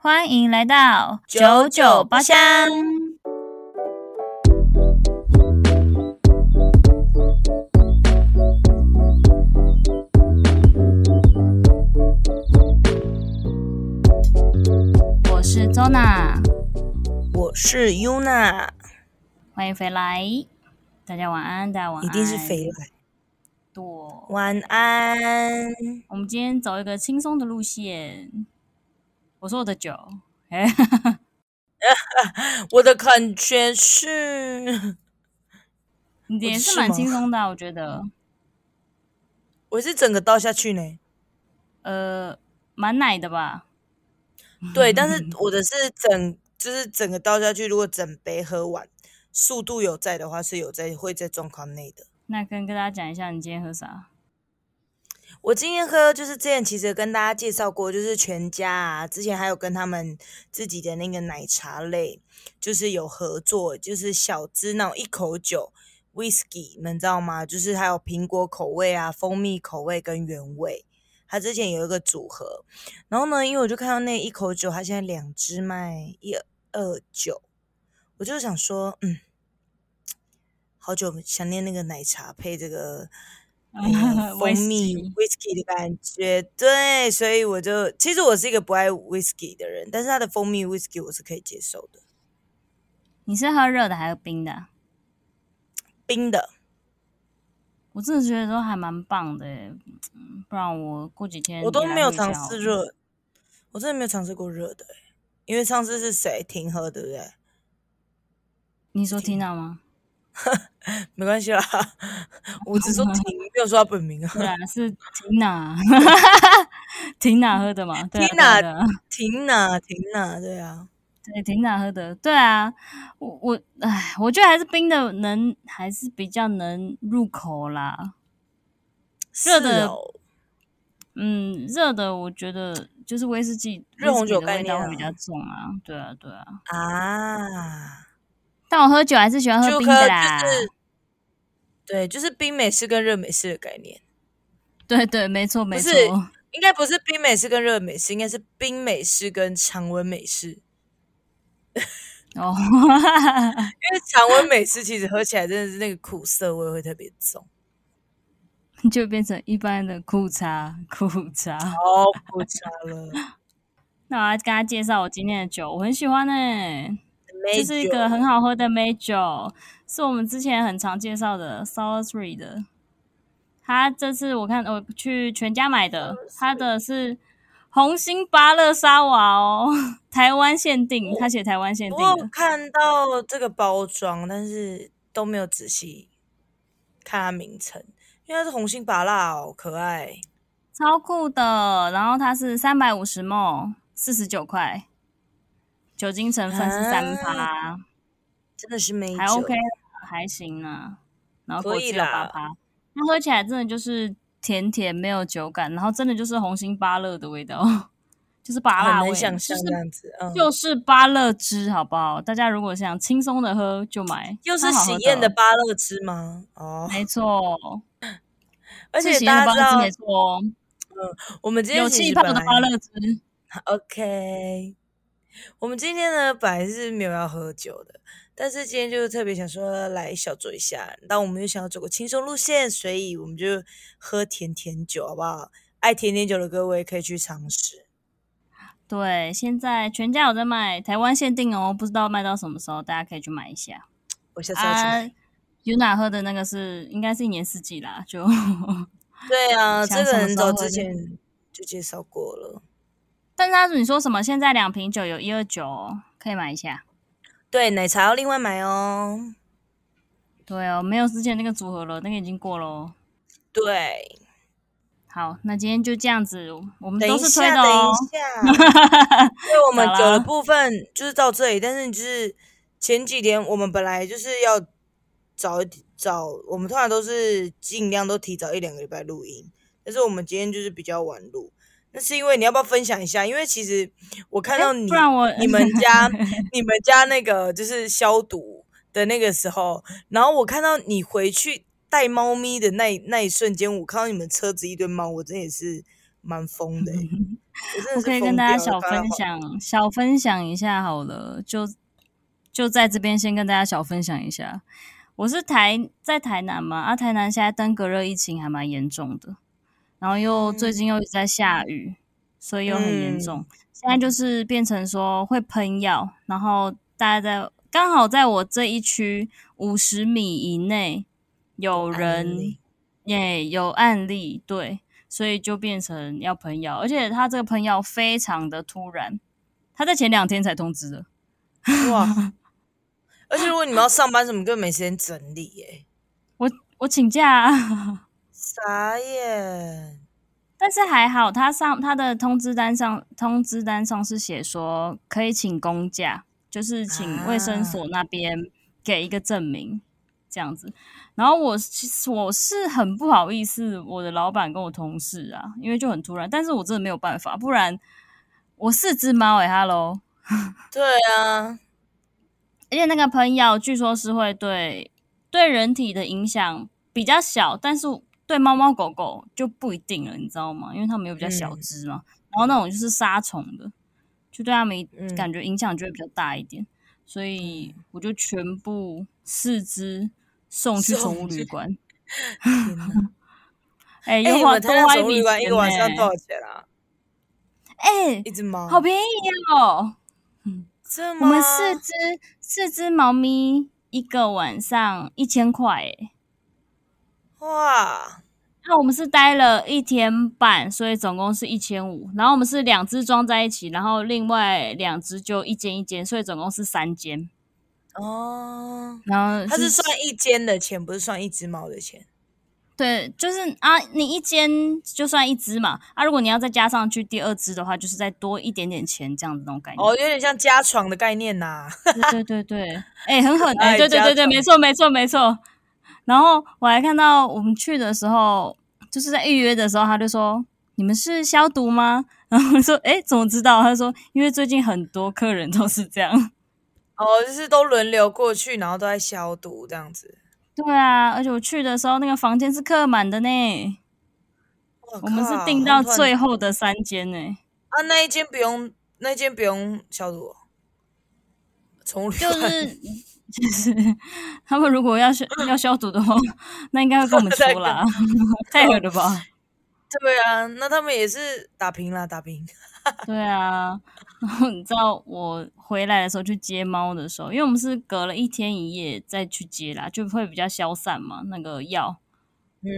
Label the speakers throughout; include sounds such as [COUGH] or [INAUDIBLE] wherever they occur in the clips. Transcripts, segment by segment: Speaker 1: 欢迎来到
Speaker 2: 九九包厢。
Speaker 1: 我是 Zona，
Speaker 2: 我是 Yuna，
Speaker 1: 欢迎回来。大家晚安，大家晚安。
Speaker 2: 一定是肥来。
Speaker 1: 对，
Speaker 2: 晚安，
Speaker 1: 我们今天走一个轻松的路线。我说我的
Speaker 2: [LAUGHS]
Speaker 1: 酒，哎、
Speaker 2: 我的感觉是，
Speaker 1: [LAUGHS] 你也是蛮轻松的啊、我觉得，
Speaker 2: 我是整个倒下去呢。
Speaker 1: 呃，蛮奶的吧。
Speaker 2: [LAUGHS] 对，但是我的是整，就是整个倒下去。如果整杯喝完，速度有在的话，是有在会在状况内的。
Speaker 1: [LAUGHS] 那跟跟大家讲一下，你今天喝啥？
Speaker 2: 我今天喝就是之前其实跟大家介绍过，就是全家啊，之前还有跟他们自己的那个奶茶类，就是有合作，就是小支那种一口酒，whisky，你们知道吗？就是还有苹果口味啊、蜂蜜口味跟原味。它之前有一个组合，然后呢，因为我就看到那一口酒，它现在两支卖一二九，我就想说，嗯，好久想念那个奶茶配这个
Speaker 1: 哎
Speaker 2: [LAUGHS]
Speaker 1: [LAUGHS]
Speaker 2: 嗯蜂蜜
Speaker 1: Whisky
Speaker 2: whisky 的感觉，对，所以我就其实我是一个不爱 whisky 的人，但是它的蜂蜜 whisky 我是可以接受的，
Speaker 1: 你是喝热的还是冰的啊？
Speaker 2: 冰的。
Speaker 1: 我真的觉得都还蛮棒的耶，嗯不然我过几天
Speaker 2: 我都
Speaker 1: 也来
Speaker 2: 没有
Speaker 1: 喝一
Speaker 2: 尝
Speaker 1: 下好
Speaker 2: 试
Speaker 1: 了。
Speaker 2: 热，我真的没有尝试过热的、欸，因为上次是谁停喝，对不 [LAUGHS] 对？
Speaker 1: 你说 Tina
Speaker 2: [LAUGHS]
Speaker 1: 吗？
Speaker 2: 没关系啦， [LAUGHS] 我只说停，
Speaker 1: [LAUGHS]
Speaker 2: 没有说他本名啊。
Speaker 1: 对啊，是 Tina，Tina 喝的嘛？对啊对啊对啊
Speaker 2: Tina 停哪停哪，对啊，
Speaker 1: 对 Tina 喝的，对啊，我我哎，我觉得还是冰的能还是比较能入口啦。热的
Speaker 2: 是哦
Speaker 1: 嗯，热的我觉得就是威士忌，
Speaker 2: 热红
Speaker 1: 威士忌
Speaker 2: 酒
Speaker 1: 的
Speaker 2: 概
Speaker 1: 味道
Speaker 2: 念
Speaker 1: 会比
Speaker 2: 啊
Speaker 1: 较重啊。对啊，对啊。
Speaker 2: 啊，
Speaker 1: 但我喝酒还是喜欢喝
Speaker 2: 就
Speaker 1: 哦冰
Speaker 2: 喝
Speaker 1: 的
Speaker 2: 就
Speaker 1: 啦。
Speaker 2: 是对，就是冰美式跟热美式的概念，
Speaker 1: 对对，没错没错
Speaker 2: 是。应该不是冰美式跟热美式，应该是冰美式跟常温美式，因
Speaker 1: 哦， [LAUGHS]
Speaker 2: 为常温美式其实喝起来真的是那个苦涩味会特别重。
Speaker 1: 就变成一般的苦茶苦茶。
Speaker 2: 哦，不差了， [LAUGHS]
Speaker 1: 那我要跟大家介绍我今天的酒，我很喜欢呢、
Speaker 2: 美
Speaker 1: 这是一
Speaker 2: 酒
Speaker 1: 个很好喝的美酒，是我们之前很常介绍的 Salisbury 的。它这次我看我去全家买的，它的是红星芭乐沙瓦哦，台湾限定，它写台湾限
Speaker 2: 不
Speaker 1: 定
Speaker 2: 过
Speaker 1: 的。
Speaker 2: 看到这个包装，但是都没有仔细看它名称，因为它是红心芭辣哦，可爱。
Speaker 1: 超酷的。然后它是三百五十 ml，四十九块，酒精成分是三趴、
Speaker 2: 真的是美酒，
Speaker 1: 还 OK，啦还行呢。然后
Speaker 2: 可
Speaker 1: 果
Speaker 2: 以
Speaker 1: 汁有八
Speaker 2: 啦
Speaker 1: 趴，那喝起来真的就是甜甜没有酒感，然后真的就是红心芭乐的味道， [LAUGHS] 就是芭
Speaker 2: 啊很
Speaker 1: 乐味，
Speaker 2: 难想
Speaker 1: 就是
Speaker 2: 象这样子，嗯，
Speaker 1: 就是芭乐汁，好不好？大家如果想轻松的喝，就买，
Speaker 2: 又是
Speaker 1: 它好喝
Speaker 2: 喜宴的
Speaker 1: 的，哦
Speaker 2: 芭乐汁吗？哦，
Speaker 1: 没错，
Speaker 2: 而且
Speaker 1: 是喜宴
Speaker 2: 大
Speaker 1: 的
Speaker 2: 家
Speaker 1: 芭
Speaker 2: 知
Speaker 1: 乐汁，没
Speaker 2: 道，
Speaker 1: 错哦，
Speaker 2: 我们今天
Speaker 1: 有
Speaker 2: 其
Speaker 1: 气
Speaker 2: 实
Speaker 1: 泡
Speaker 2: 本
Speaker 1: 的
Speaker 2: 来
Speaker 1: 芭乐汁，
Speaker 2: OK，我们今天呢本来是没有要喝酒的，但是今天就特别想说来小酌一下，但我们又想要走个轻松路线，所以我们就喝甜甜酒，好不好？爱甜甜酒的各位可以去尝试。
Speaker 1: 对，现在全家有在卖，台湾限定哦，不知道卖到什么时候，大家可以去买一下。
Speaker 2: 我下次要去
Speaker 1: 啊
Speaker 2: 买。
Speaker 1: ，Yuna 喝的那个是应该是一年四季啦，就 [LAUGHS]
Speaker 2: 对啊，
Speaker 1: 想
Speaker 2: 这
Speaker 1: 什
Speaker 2: 个
Speaker 1: 么
Speaker 2: 很
Speaker 1: 时候喝
Speaker 2: 早
Speaker 1: 就
Speaker 2: 之前就介绍过了。
Speaker 1: 但是他你说什么？现在两瓶酒有一二九，哦可以买一下。
Speaker 2: 对，奶茶要另外买哦。
Speaker 1: 对哦，没有之前那个组合了，那个已经过了哦。
Speaker 2: 对，
Speaker 1: 好，那今天就这样子，我们
Speaker 2: 等
Speaker 1: 都
Speaker 2: 一
Speaker 1: 是推
Speaker 2: 下，
Speaker 1: 的
Speaker 2: 等
Speaker 1: 哦。
Speaker 2: 一下，
Speaker 1: [LAUGHS]
Speaker 2: 因为我们
Speaker 1: 好
Speaker 2: 酒
Speaker 1: 啦
Speaker 2: 的部分就是到这里，但是你就是前几天我们本来就是要早一点早，我们通常都是尽量都提早一两个礼拜录音，但是我们今天就是比较晚录。那是因为你要不要分享一下？因为其实我看到
Speaker 1: 诶
Speaker 2: 你、
Speaker 1: 不然我
Speaker 2: 你们家你们家那个就是消毒的那个时候，然后我看到你回去带猫
Speaker 1: [LAUGHS]
Speaker 2: 咪的那一那一瞬间，我看到你们车子一堆猫，我真的也是蛮疯的欸、我真的
Speaker 1: 我
Speaker 2: 是
Speaker 1: 可以跟
Speaker 2: 疯
Speaker 1: 大家
Speaker 2: 掉
Speaker 1: 小
Speaker 2: 了刚刚
Speaker 1: 分
Speaker 2: 好
Speaker 1: 享，小分享一下好了，就就在这边先跟大家小分享一下。我是台在台南嘛，啊，台南现在登革热疫情还蛮严重的，然后又
Speaker 2: 嗯
Speaker 1: 最近又一直在下雨，所以又很严重。现在就是变成说会喷药，然后大家在刚好在我这一区五十米以内有
Speaker 2: 案
Speaker 1: 人
Speaker 2: 例
Speaker 1: 也有案例，对，所以就变成要喷药，而且他这个喷药非常的突然，他在前两天才通知的。 [LAUGHS]
Speaker 2: 哇！而且如果你们要上班，什么根本没时间整理欸耶、
Speaker 1: 我我请假、啊，
Speaker 2: 傻眼！
Speaker 1: 但是还好，他上他的通知单上通知单上是写说可以请公假，就是请卫生所那边给一个证明这样子。然后我其实我是很不好意思，我的老板跟我同事啊，因为就很突然，但是我真的没有办法，不然我四只猫诶、哈 h e l l o
Speaker 2: 对啊，
Speaker 1: 而且那个喷药据说是会对对人体的影响比较小，但是对猫猫狗狗就不一定了，你知道吗？因为它们有比较小
Speaker 2: 嗯
Speaker 1: 只嘛，然后那种就是杀虫的，就对它们
Speaker 2: 嗯
Speaker 1: 感觉影响就会比较大一点，所以我就全部四只送去宠物旅馆。
Speaker 2: [LAUGHS] 天哪！
Speaker 1: 哎、
Speaker 2: [LAUGHS] 哎、
Speaker 1: 又
Speaker 2: 你
Speaker 1: 花
Speaker 2: 们
Speaker 1: 多
Speaker 2: 台
Speaker 1: 花
Speaker 2: 南
Speaker 1: 一
Speaker 2: 宠物
Speaker 1: 笔
Speaker 2: 旅馆一
Speaker 1: 钱
Speaker 2: 个晚上
Speaker 1: 呢
Speaker 2: 多少钱啊？
Speaker 1: 哎、
Speaker 2: 一只猫？
Speaker 1: 好便宜哦！
Speaker 2: 这
Speaker 1: 我
Speaker 2: 么？
Speaker 1: 们四只四只猫咪一个晚上一千块哎。
Speaker 2: 哇！
Speaker 1: 那我们是待了一天半，所以总共是一千五。然后我们是两只装在一起，然后另外两只就一间一间，所以总共是三间。
Speaker 2: 哦，
Speaker 1: 然后
Speaker 2: 它是算一间的钱，不是算一只猫的钱。
Speaker 1: 对，就是啊，你一间就算一只嘛。啊，如果你要再加上去第二只的话，就是再多一点点钱这样子那种感觉。
Speaker 2: 哦，有点像加床的概念呐、
Speaker 1: 对对对对，哎、很狠哎、
Speaker 2: 爱
Speaker 1: 对对
Speaker 2: 家
Speaker 1: 对对，
Speaker 2: 长
Speaker 1: 没错没错没错。然后我还看到我们去的时候，就是在预约的时候，他就说：“你们是消毒吗？” [LAUGHS] 然后我说：“哎、怎么知道？”他说：“因为最近很多客人都是这样。
Speaker 2: 哦，就是都轮流过去，然后都在消毒这样子。”
Speaker 1: 对啊，而且我去的时候那个房间是客满的呢，
Speaker 2: 哇
Speaker 1: 我们是
Speaker 2: 靠
Speaker 1: 订
Speaker 2: 好
Speaker 1: 到
Speaker 2: 乱
Speaker 1: 最后的三间呢，
Speaker 2: 啊，那一间不用，那一间不用消毒、哦，宠物旅
Speaker 1: 就
Speaker 2: 馆。
Speaker 1: 是就是 [LAUGHS] 他们如果要消要消毒的话，那应该会跟我们
Speaker 2: 再
Speaker 1: 说 [LAUGHS] 啦，太狠了吧？
Speaker 2: [LAUGHS] 对啊，那他们也是打平啦，打平。
Speaker 1: 对啊，然后你知道我回来的时候去接猫的时候，因为我们是隔了一天一夜再去接啦，就会比较消散嘛。那个药，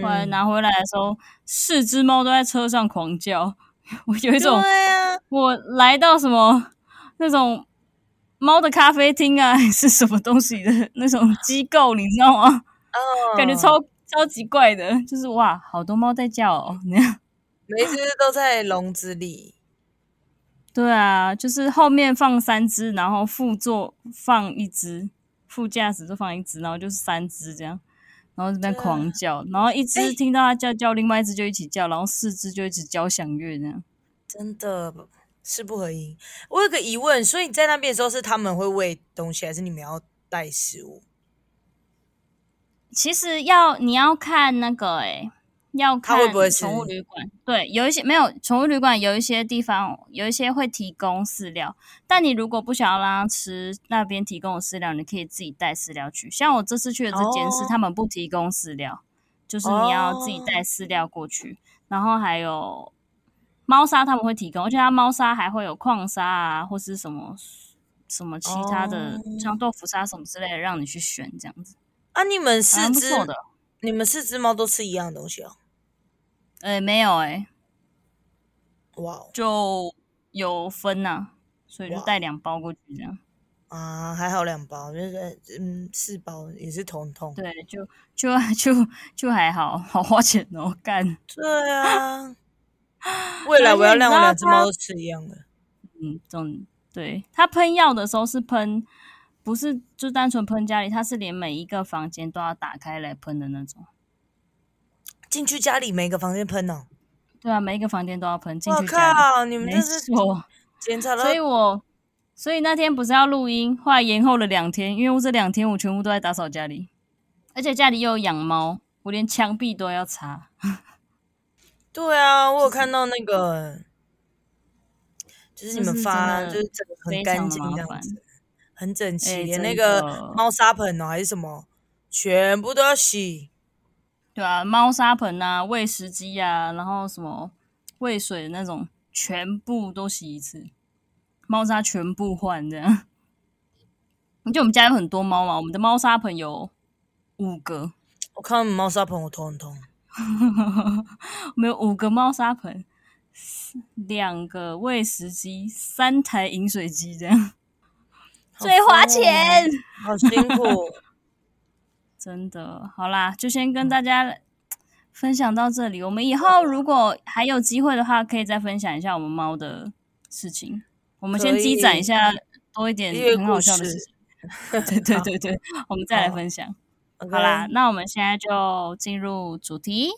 Speaker 1: 后来
Speaker 2: 嗯
Speaker 1: 拿回来的时候，四只猫都在车上狂叫， [LAUGHS] 我有一种
Speaker 2: 对啊，
Speaker 1: 我来到什么那种猫的咖啡厅啊，还是什么东西的那种机构，你知道吗？
Speaker 2: 哦，
Speaker 1: 感觉超超级怪的，就是哇，好多猫在叫哦， [LAUGHS] 那样。
Speaker 2: 每一只都在笼子里。
Speaker 1: 对啊，就是后面放三只，然后副座放一只，副驾驶就放一只，然后就是三只这样，然后这边
Speaker 2: 对啊
Speaker 1: 狂叫，然后一只
Speaker 2: 哎
Speaker 1: 听到它叫叫，另外一只就一起叫，然后四只就一起交响乐这样。
Speaker 2: 真的是不合音。我有个疑问，所以你在那边的时候是他们会喂东西，还是你们要带食物？
Speaker 1: 其实要你要看那个诶、要看
Speaker 2: 会不会吃
Speaker 1: 宠物旅馆？对，有一些没有宠物旅馆，有一些地方有一些会提供饲料，但你如果不想要让它吃那边提供的饲料，你可以自己带饲料去。像我这次去的这间是、
Speaker 2: 哦
Speaker 1: 他们不提供饲料，就是你要自己
Speaker 2: 哦
Speaker 1: 带饲料过去，然后还有猫砂他们会提供，而且它猫砂还会有矿砂啊，或是什么什么其他的，
Speaker 2: 哦
Speaker 1: 像豆腐砂什么之类的，让你去选这样子，
Speaker 2: 啊，你们
Speaker 1: 蛮
Speaker 2: 四
Speaker 1: 不
Speaker 2: 只，
Speaker 1: 错的。
Speaker 2: 你们四只猫都吃一样的东西哦。
Speaker 1: 呃、没有哎、
Speaker 2: 哇哦
Speaker 1: 就有分呐、所以就带两包过去这样。
Speaker 2: 啊，还好两包，就是嗯四包也是彤彤。
Speaker 1: 对，就就就就还好，好花钱哦，干。[LAUGHS]
Speaker 2: 对啊，未来我要让我两只猫都吃一样的。
Speaker 1: 嗯，总对他喷药的时候是喷，不是就单纯喷家里，他是连每一个房间都要打开来喷的那种。
Speaker 2: 进去家里每个房间喷哦。
Speaker 1: 对啊，每一个房间都要喷进
Speaker 2: 我
Speaker 1: 去家里。
Speaker 2: 靠，你们
Speaker 1: 没
Speaker 2: 这是
Speaker 1: 错，
Speaker 2: 检查到
Speaker 1: 所以我所以那天不是要录音，后来延后了两天，因为我这两天我全部都在打扫家里，而且家里又有养猫，我连墙壁都要擦。
Speaker 2: 对啊，我有看到那个就是你们
Speaker 1: 就是
Speaker 2: 发
Speaker 1: 真的
Speaker 2: 就是整个很
Speaker 1: 非
Speaker 2: 干
Speaker 1: 常
Speaker 2: 净
Speaker 1: 的麻
Speaker 2: 这样
Speaker 1: 烦
Speaker 2: 子，很整齐，
Speaker 1: 哎真
Speaker 2: 连那个
Speaker 1: 的
Speaker 2: 猫砂盆哦还是什么，全部都要洗。
Speaker 1: 对啊，猫砂盆啊、喂食机啊，然后什么喂水的那种，全部都洗一次，猫砂全部换这样。 [LAUGHS] 而且我们家有很多猫嘛，我们的猫砂盆有五个， [LAUGHS]
Speaker 2: 我看到你们猫砂盆，我头很痛。
Speaker 1: 我们有五个猫砂盆，四两个喂食机，三台饮水机这样，
Speaker 2: 好
Speaker 1: 最花
Speaker 2: 疯哦
Speaker 1: 钱。
Speaker 2: 好辛苦。
Speaker 1: 真的，好啦，就先
Speaker 2: 嗯
Speaker 1: 跟大家分享到这里。我们以后如果还有机会的话，可以再分享一下我们猫的事情。我们先
Speaker 2: 可以
Speaker 1: 积攒一下多一点
Speaker 2: 因
Speaker 1: [LAUGHS]
Speaker 2: 为
Speaker 1: 很好
Speaker 2: 故
Speaker 1: 笑的
Speaker 2: 事
Speaker 1: 事情。 [LAUGHS] 对对对对，我们再来
Speaker 2: 好
Speaker 1: 分享。
Speaker 2: OK
Speaker 1: 好啦，，那我们现在就进入主题。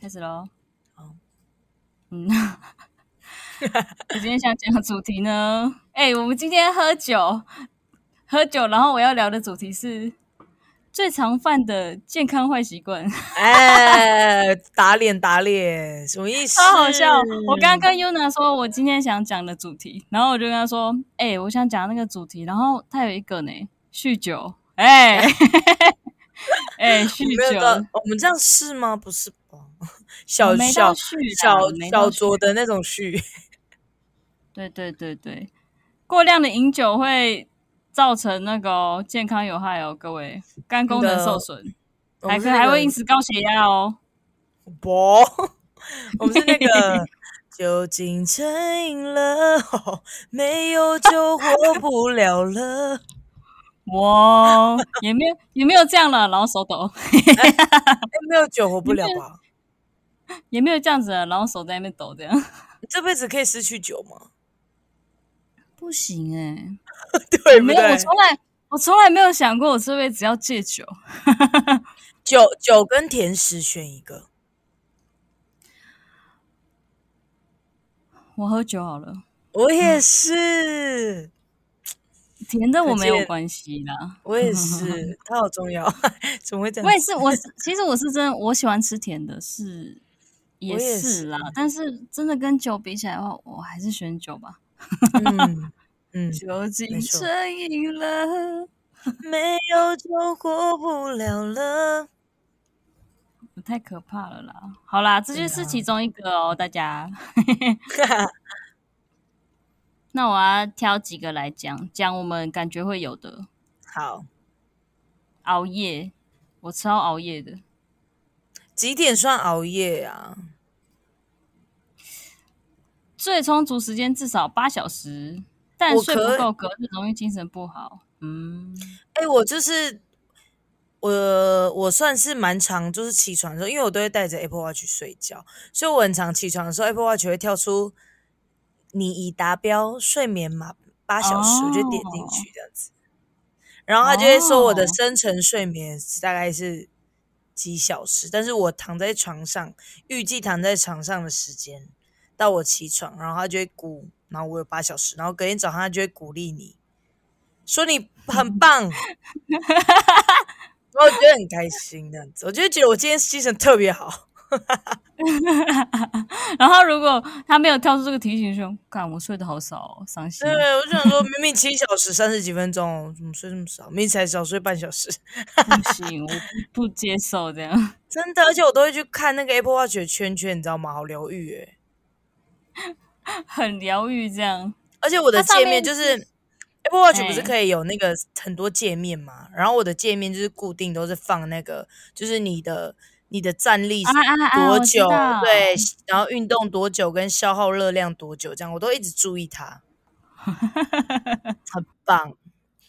Speaker 1: 开始喽。
Speaker 2: 好
Speaker 1: 嗯， [LAUGHS] 我今天想讲的主题呢，哎、我们今天喝酒，喝酒，然后我要聊的主题是最常犯的健康坏习惯。
Speaker 2: 哎，打脸打脸，什么意思？
Speaker 1: 超好笑！我刚刚跟 Yuna 说，我今天想讲的主题，然后我就跟他说：“哎、我想讲那个主题。”然后他有一个呢，酗酒。 [LAUGHS] 哎、哎、酗
Speaker 2: 我没有到
Speaker 1: 酒，
Speaker 2: 我们这样是吗？不是吧？小
Speaker 1: 没
Speaker 2: 小
Speaker 1: 到酗啦
Speaker 2: 小
Speaker 1: 没到
Speaker 2: 小
Speaker 1: 酗
Speaker 2: 酌的那种序，
Speaker 1: 对对对对，过量的饮酒会造成那个哦、健康有害哦，各位肝功能受损，还可还会因
Speaker 2: [LAUGHS]
Speaker 1: 此高血压哦。
Speaker 2: 博，我们是
Speaker 1: [LAUGHS]
Speaker 2: 那个酒精成瘾了，没有酒活不
Speaker 1: [LAUGHS]
Speaker 2: 了了。哎
Speaker 1: 哇，哦 [LAUGHS] 也没有也没有这样了，然后手抖，
Speaker 2: 哎没有酒活不了吧？
Speaker 1: 也没有这样子了，然后手在那边抖这样，
Speaker 2: 你这辈子可以失去酒吗？ [LAUGHS]
Speaker 1: 不行哎、
Speaker 2: 对不
Speaker 1: 没有，我
Speaker 2: 对？
Speaker 1: 从来我从来没有想过我这辈子要戒酒。
Speaker 2: 酒酒跟甜食选一个，
Speaker 1: 我喝酒好了，
Speaker 2: 我也是。
Speaker 1: 甜的我没有
Speaker 2: 见
Speaker 1: 关系啦。
Speaker 2: 我也是，它好重要， [LAUGHS] 怎么会这样
Speaker 1: 我？也是，我是其实我是真的我喜欢吃甜的是，也
Speaker 2: 我也
Speaker 1: 是啦。但是真的跟酒比起来的话，我还是选酒吧。
Speaker 2: 嗯嗯，
Speaker 1: 酒精
Speaker 2: 没错
Speaker 1: 成瘾了，
Speaker 2: 没有就活不了了。
Speaker 1: 太可怕了啦。好啦，这
Speaker 2: 对
Speaker 1: 就是
Speaker 2: 啊
Speaker 1: 其中一个哦，大家。那我要挑几个来讲，讲我们感觉会有的
Speaker 2: 好，
Speaker 1: 熬夜，我超熬夜的。
Speaker 2: 几点算熬夜啊？
Speaker 1: 最充足时间至少八小时，但
Speaker 2: 我
Speaker 1: 睡不
Speaker 2: 可以
Speaker 1: 够，隔日容易精神不好。嗯，
Speaker 2: 哎、我就是我，我算是蛮常就是起床的时候，因为我都会带着 Apple Watch 睡觉，所以我很常起床的时候，Apple Watch 会跳出你已达标睡眠码八小时，我就点进去这样子，然后他就会说我的
Speaker 1: 哦
Speaker 2: 深层睡眠是大概是几小时，但是我躺在床上，预计躺在床上的时间到我起床，然后他就会鼓，然后我有八小时，然后隔天早上他就会鼓励你。说你很 [LAUGHS] 棒，然后我觉得很开心这样子，我就觉得我今天精神特别好。
Speaker 1: 然后如果他没有跳出这个提醒说，看我睡得好少、哦，伤心
Speaker 2: [LAUGHS] 对，。我就想说，明明七小时三十几分钟，怎么睡这么少？明明才少睡半小时，
Speaker 1: 不行，我不不接受这样。
Speaker 2: 真的。而且我都会去看那个 Apple Watch 的圈圈，你知道吗？好疗愈诶。
Speaker 1: 很疗愈这样。
Speaker 2: 而且我的
Speaker 1: 它上
Speaker 2: 界面
Speaker 1: 面
Speaker 2: 就是是 Apple Watch 不是
Speaker 1: 哎
Speaker 2: 可以有那个很多界面嘛？然后我的界面就是固定都是放那个，就是你的你的站立
Speaker 1: 啊啊啊！
Speaker 2: 多
Speaker 1: 我知
Speaker 2: 久，
Speaker 1: 道
Speaker 2: 对，然后运动多久跟消耗热量多久，这样我都一直注
Speaker 1: [LAUGHS]
Speaker 2: 意它，很棒。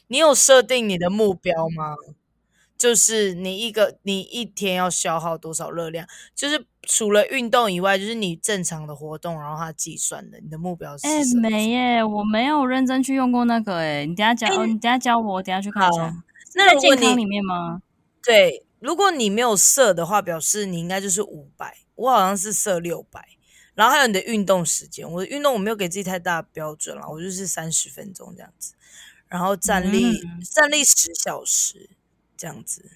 Speaker 2: 你有设定你的目标吗？就是你一个你一天要消耗多少热量？就是除了运动以外，就是你正常的活动，然后它计算的。你的目标是
Speaker 1: 哎、
Speaker 2: 什么？
Speaker 1: 没耶，我没有认真去用过那个哎，你等一下讲、
Speaker 2: 哎
Speaker 1: 哦，你等一下教我，我等一下去看一
Speaker 2: 好
Speaker 1: 下。是
Speaker 2: 那
Speaker 1: 在
Speaker 2: 如果
Speaker 1: 健康
Speaker 2: 你
Speaker 1: 里面吗？
Speaker 2: 对，如果你没有设的话，表示你应该就是五百，我好像是设六百。然然后还有你的运动时间，我的运动我没有给自己太大的标准啦，我就是三十分钟这样子，然后站立、
Speaker 1: 嗯
Speaker 2: 站立十小时这样子。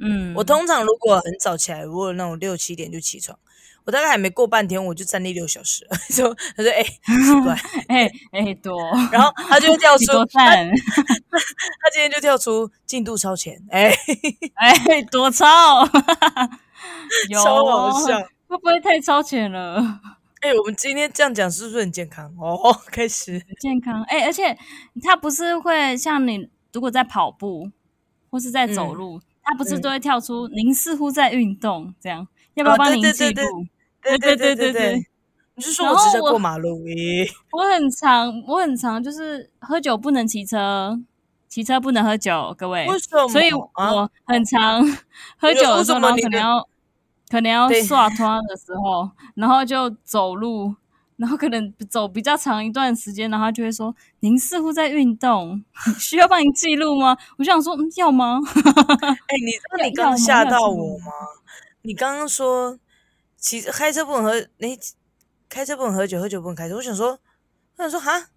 Speaker 1: 嗯，
Speaker 2: 我通常如果很早起来，如果那种六七点就起床，我大概还没过半天，我就站立六小时了。 [LAUGHS] 就他说：“哎、奇
Speaker 1: [LAUGHS]
Speaker 2: 怪。
Speaker 1: 哎哎多，”
Speaker 2: 然后他就会跳
Speaker 1: 你
Speaker 2: 出，
Speaker 1: 多
Speaker 2: 他
Speaker 1: 赞，
Speaker 2: 他今天就跳出进度超前，哎、
Speaker 1: 哎多超，有
Speaker 2: [LAUGHS] 超好笑。
Speaker 1: 会不会太超前了？
Speaker 2: 哎、我们今天这样讲是不是很健康？哦，开始
Speaker 1: 健康哎、而且它不是会像你如果在跑步或是在走
Speaker 2: 嗯
Speaker 1: 路，它不是
Speaker 2: 嗯
Speaker 1: 都会跳出“您似乎在运动”这样，要不要
Speaker 2: 哦
Speaker 1: 帮
Speaker 2: 对
Speaker 1: 您
Speaker 2: 对
Speaker 1: 记
Speaker 2: 对对
Speaker 1: 录？对
Speaker 2: 对
Speaker 1: 对
Speaker 2: 对对
Speaker 1: 对
Speaker 2: 对
Speaker 1: 对
Speaker 2: 对，你就说
Speaker 1: 然
Speaker 2: 我只是在
Speaker 1: 后我
Speaker 2: 过马路咦？
Speaker 1: 我很常，我很常就是喝酒不能骑车，骑车不能喝酒，各位。
Speaker 2: 为什么？
Speaker 1: 所以
Speaker 2: 啊，
Speaker 1: 我很
Speaker 2: [LAUGHS]
Speaker 1: 常喝
Speaker 2: 为
Speaker 1: 酒的时
Speaker 2: 什
Speaker 1: 候，
Speaker 2: 么
Speaker 1: 然后
Speaker 2: 你
Speaker 1: 可
Speaker 2: 的
Speaker 1: 能要可能要
Speaker 2: 对
Speaker 1: 刷拖的时候，然后就走路，然后可能走比较长一段时间，然后他就会说：“您似乎在运动， [LAUGHS] 需要帮您记录吗？”我就想说：“嗯，要吗
Speaker 2: 哎、你知道
Speaker 1: 要
Speaker 2: 你
Speaker 1: 要
Speaker 2: 刚
Speaker 1: 吗
Speaker 2: 刚吓
Speaker 1: 要
Speaker 2: 到
Speaker 1: 进入
Speaker 2: 我吗？你刚刚说骑开车不能喝，你、开车不能喝酒，喝酒不能开车。我想说，我想说哈，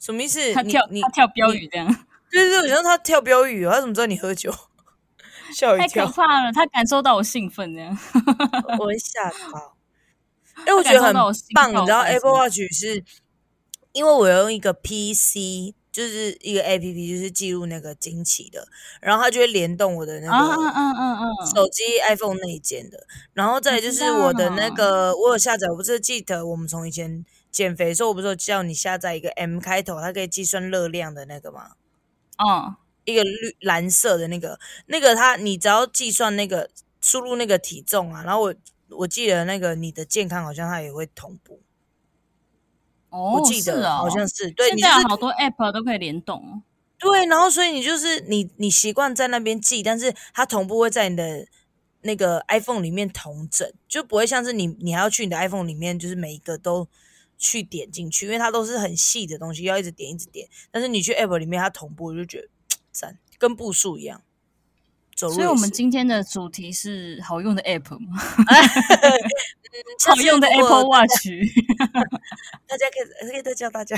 Speaker 2: 什么意思？？”
Speaker 1: 他
Speaker 2: 你
Speaker 1: 跳
Speaker 2: 你
Speaker 1: 他跳标语这样，
Speaker 2: 对对，对我想他跳标语哦，他怎么知道你喝酒？ [LAUGHS] 吓我一
Speaker 1: 太可
Speaker 2: 跳，
Speaker 1: 怕了！他感受到我兴奋这样，
Speaker 2: 我会吓到。哎、我
Speaker 1: 感
Speaker 2: 觉得
Speaker 1: 受
Speaker 2: 很
Speaker 1: 到我心
Speaker 2: 棒，
Speaker 1: 跳
Speaker 2: 你知道
Speaker 1: 感什
Speaker 2: Apple
Speaker 1: 么
Speaker 2: Watch 是，因为我用一个 PC，就是一个 APP，就是记录那个经期的，然后它就会联动我的那
Speaker 1: 啊
Speaker 2: 个
Speaker 1: 啊啊啊啊！
Speaker 2: 手机 iPhone 内建的，然后再来就是
Speaker 1: 我
Speaker 2: 我
Speaker 1: 知道
Speaker 2: 的那个，我有下载，我不是记得我们从以前减肥的时候，我不是有叫你下载一个 M 开头，它可以计算热量的那个吗？
Speaker 1: 嗯，
Speaker 2: 一个绿蓝色的那个，那个它你只要计算那个输入那个体重啊，然后我我记得那个你的健康好像它也会同步，
Speaker 1: 哦，
Speaker 2: 我记
Speaker 1: 是
Speaker 2: 得
Speaker 1: 哦
Speaker 2: 好像是对，
Speaker 1: 现
Speaker 2: 你就
Speaker 1: 在
Speaker 2: 是
Speaker 1: 有好多 app 都可以联动哦。
Speaker 2: 对，然后所以你就是你你习惯在那边记，但是它同步会在你的那个 iPhone 里面同整，就不会像是你你还要去你的 iPhone 里面，就是每一个都去点进去，因为它都是很细的东西，要一直点一直点。但是你去 App 里面它同步，我就觉得赞，跟步数一样。走路
Speaker 1: 所以我
Speaker 2: 也
Speaker 1: 们
Speaker 2: 是
Speaker 1: 今天的主题是好用的 app 吗？
Speaker 2: 下
Speaker 1: 好
Speaker 2: 次
Speaker 1: 用的
Speaker 2: 如果
Speaker 1: Apple Watch。
Speaker 2: 大家可以可以再教大家，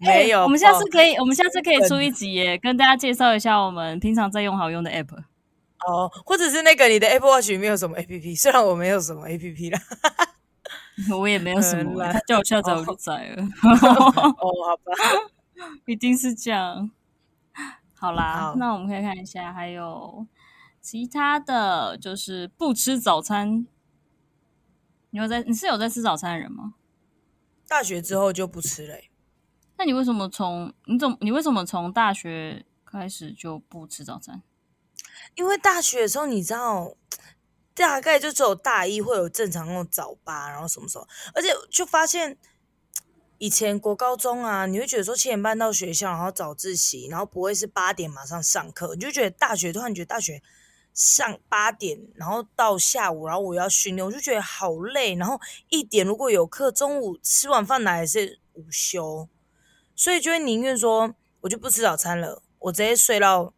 Speaker 1: 哎
Speaker 2: [LAUGHS] 没有、
Speaker 1: 我们下次可以，我们下次可以
Speaker 2: 真
Speaker 1: 出一集耶，跟大家介绍一下我们平常在用好用的 app。 [LAUGHS]
Speaker 2: 哦，或者是那个你的 Apple Watch 里面有什么 APP？虽然我没有什么 APP 啦，
Speaker 1: 我也没有什么
Speaker 2: 原来，
Speaker 1: 他叫我下载我就载了，
Speaker 2: 哦，好吧，
Speaker 1: 一定是这样。好啦，
Speaker 2: 好
Speaker 1: 那我们可以看一下，还有其他的就是不吃早餐。你有在？你是有在吃早餐的人吗？
Speaker 2: 大学之后就不吃了欸、
Speaker 1: 那你为什么从你怎么你为什么从大学开始就不吃早餐？
Speaker 2: 因为大学的时候，你知道，大概就只有大一会有正常那种早八，然后什么时候，而且就发现以前国高中啊，你会觉得说七点半到学校，然后早自习，然后不会是八点马上上课，你就觉得大学突然觉得大学上八点，然后到下午，然后我要训练，我就觉得好累。然后一点如果有课，中午吃完饭来是午休，所以就会宁愿说我就不吃早餐了，我直接睡到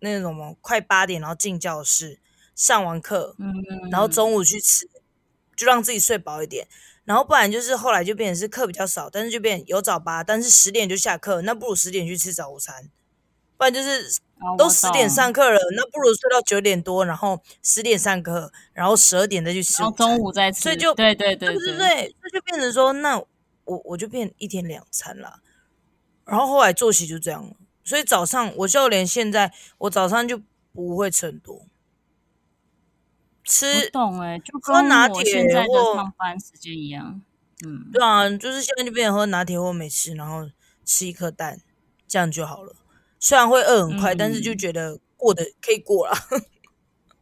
Speaker 2: 那种什么快八点，然后进教室上完课，
Speaker 1: 嗯，
Speaker 2: 然后中午去吃，就让自己睡饱一点。然后不然就是后来就变成是课比较少，但是就变有早八，但是十点就下课，那不如十点去吃早午餐。不然就是
Speaker 1: 哦
Speaker 2: 都
Speaker 1: 我
Speaker 2: 十
Speaker 1: 懂
Speaker 2: 点上课了，那不如睡到九点多，然后十点上课，然后十二点再去吃
Speaker 1: 然
Speaker 2: 午
Speaker 1: 后中
Speaker 2: 餐。
Speaker 1: 午再吃，
Speaker 2: 所以就
Speaker 1: 对对对
Speaker 2: 对对对，这就变成说，那我我就变一天两餐啦。然后后来作息就这样了，所以早上我就连现在我早上就不会吃很多，
Speaker 1: 我
Speaker 2: 吃
Speaker 1: 懂哎、就
Speaker 2: 喝
Speaker 1: 跟
Speaker 2: 拿
Speaker 1: 我
Speaker 2: 铁
Speaker 1: 现在的
Speaker 2: 或
Speaker 1: 上班时间一样，嗯，
Speaker 2: 对啊，就是现在就变成喝拿铁或美式，然后吃一颗蛋，这样就好了。虽然会饿很快，但是就
Speaker 1: 嗯
Speaker 2: 觉得过得可以过了。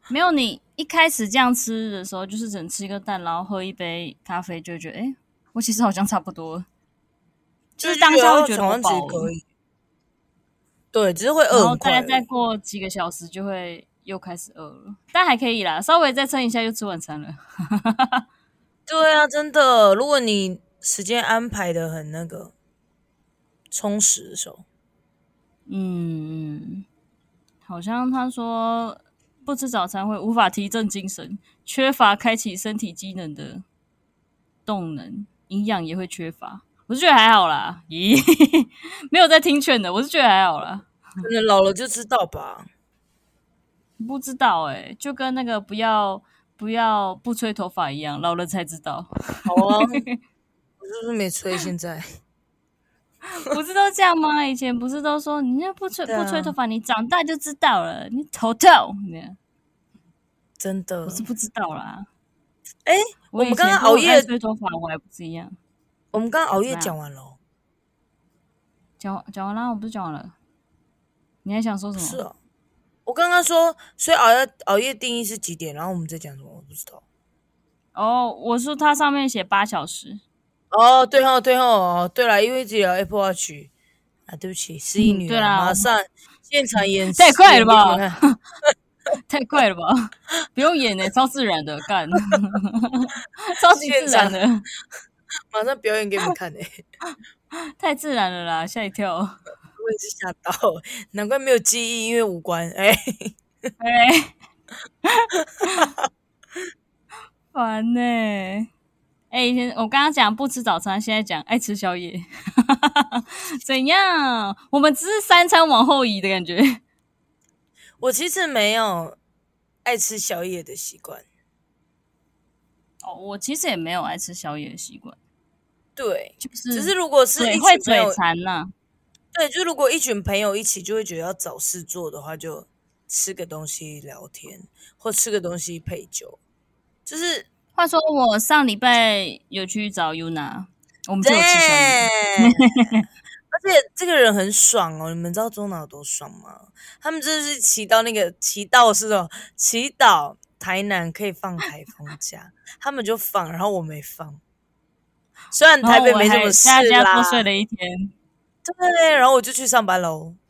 Speaker 1: 没有你一开始这样吃的时候，就是只能吃一个蛋，然后喝一杯咖啡，就会觉得哎、诶我其实好像差不多了，就是当下会觉得
Speaker 2: 好
Speaker 1: 我
Speaker 2: 像其
Speaker 1: 饱
Speaker 2: 实可
Speaker 1: 了，
Speaker 2: 以。对，只是会
Speaker 1: 然
Speaker 2: 饿
Speaker 1: 后
Speaker 2: 很
Speaker 1: 大概
Speaker 2: 快而
Speaker 1: 再
Speaker 2: 已。
Speaker 1: 过几个小时就会又开始饿了，但还可以啦，稍微再撑一下就吃晚餐了。
Speaker 2: 对啊，真的，如果你时间安排的很那个充实的时候，
Speaker 1: 嗯，好像他说不吃早餐会无法提振精神，缺乏开启身体机能的动能，营养也会缺乏。我是觉得还好啦，咦， [LAUGHS] 没有在听劝的，我是觉得还好啦。
Speaker 2: 可能老了就知道吧。
Speaker 1: 不知道哎、就跟那个不要不要不吹头发一样，老了才知道， [LAUGHS]
Speaker 2: 好啊， [LAUGHS] 我是不是没吹？现在
Speaker 1: 不是都这样吗？以前不是都说你那不吹、
Speaker 2: 对啊
Speaker 1: 不吹头发，你长大就知道了，你头痛，你
Speaker 2: 真的
Speaker 1: 我，是不知道啦。
Speaker 2: 哎、
Speaker 1: 我
Speaker 2: 嗯我们
Speaker 1: 以前
Speaker 2: 刚刚
Speaker 1: 如果
Speaker 2: 熬夜
Speaker 1: 在吹头发，我还不是一样。
Speaker 2: 我们刚刚熬夜
Speaker 1: 怎么样
Speaker 2: 讲完了哦，
Speaker 1: 讲完讲完啦，我不是讲完了？你还想说什么？
Speaker 2: 是哦。我刚刚说，所以熬夜熬夜定义是几点？然后我们在讲什么？我不知道。
Speaker 1: 哦我说它上面写八小时，
Speaker 2: 哦，对哦，对哦，哦对了，因为只有 Apple Watch 啊，对不起，失忆
Speaker 1: 嗯
Speaker 2: 女
Speaker 1: 对
Speaker 2: 郎
Speaker 1: 啦
Speaker 2: 马上现场演
Speaker 1: 太快了吧
Speaker 2: 演给你看
Speaker 1: 太快了吧！ [LAUGHS] 不用演呢、超自然的
Speaker 2: [LAUGHS]
Speaker 1: 干，超级自然的，
Speaker 2: 马上表演给你们看诶、
Speaker 1: 太自然了啦，吓一跳。
Speaker 2: 我也是吓到，难怪没有记忆，因为无关。哎、 [LAUGHS]
Speaker 1: 哎、 [LAUGHS] 烦呢、哎、以前我刚刚讲不吃早餐，现在讲爱吃宵夜， [LAUGHS] 怎样？我们只是三餐往后移的感觉。
Speaker 2: 我其实没有爱吃宵夜的习惯。
Speaker 1: 哦，我其实也没有爱吃宵夜的习惯，
Speaker 2: 对，
Speaker 1: 就是
Speaker 2: 只是如果是
Speaker 1: 嘴
Speaker 2: 一
Speaker 1: 嗯
Speaker 2: 群
Speaker 1: 会
Speaker 2: 朋
Speaker 1: 嘴
Speaker 2: 友，
Speaker 1: 馋呐、
Speaker 2: 对，就如果一群朋友一起，就会觉得要找事做的话，就吃个东西聊天，或吃个东西配酒，就是
Speaker 1: 话说我上礼拜有去找 Yuna，我们就有吃宵夜。
Speaker 2: [LAUGHS] 而且这个人很爽哦，你们知道中岛有多爽吗？他们就是骑到那个骑到是哦，祈祷台南可以放台风假，他们就放，然后我没放。虽然台北没什么事
Speaker 1: 然后我还在家
Speaker 2: 啦
Speaker 1: 多，睡了一天。
Speaker 2: 对，然后我就去上班喽。 [LAUGHS]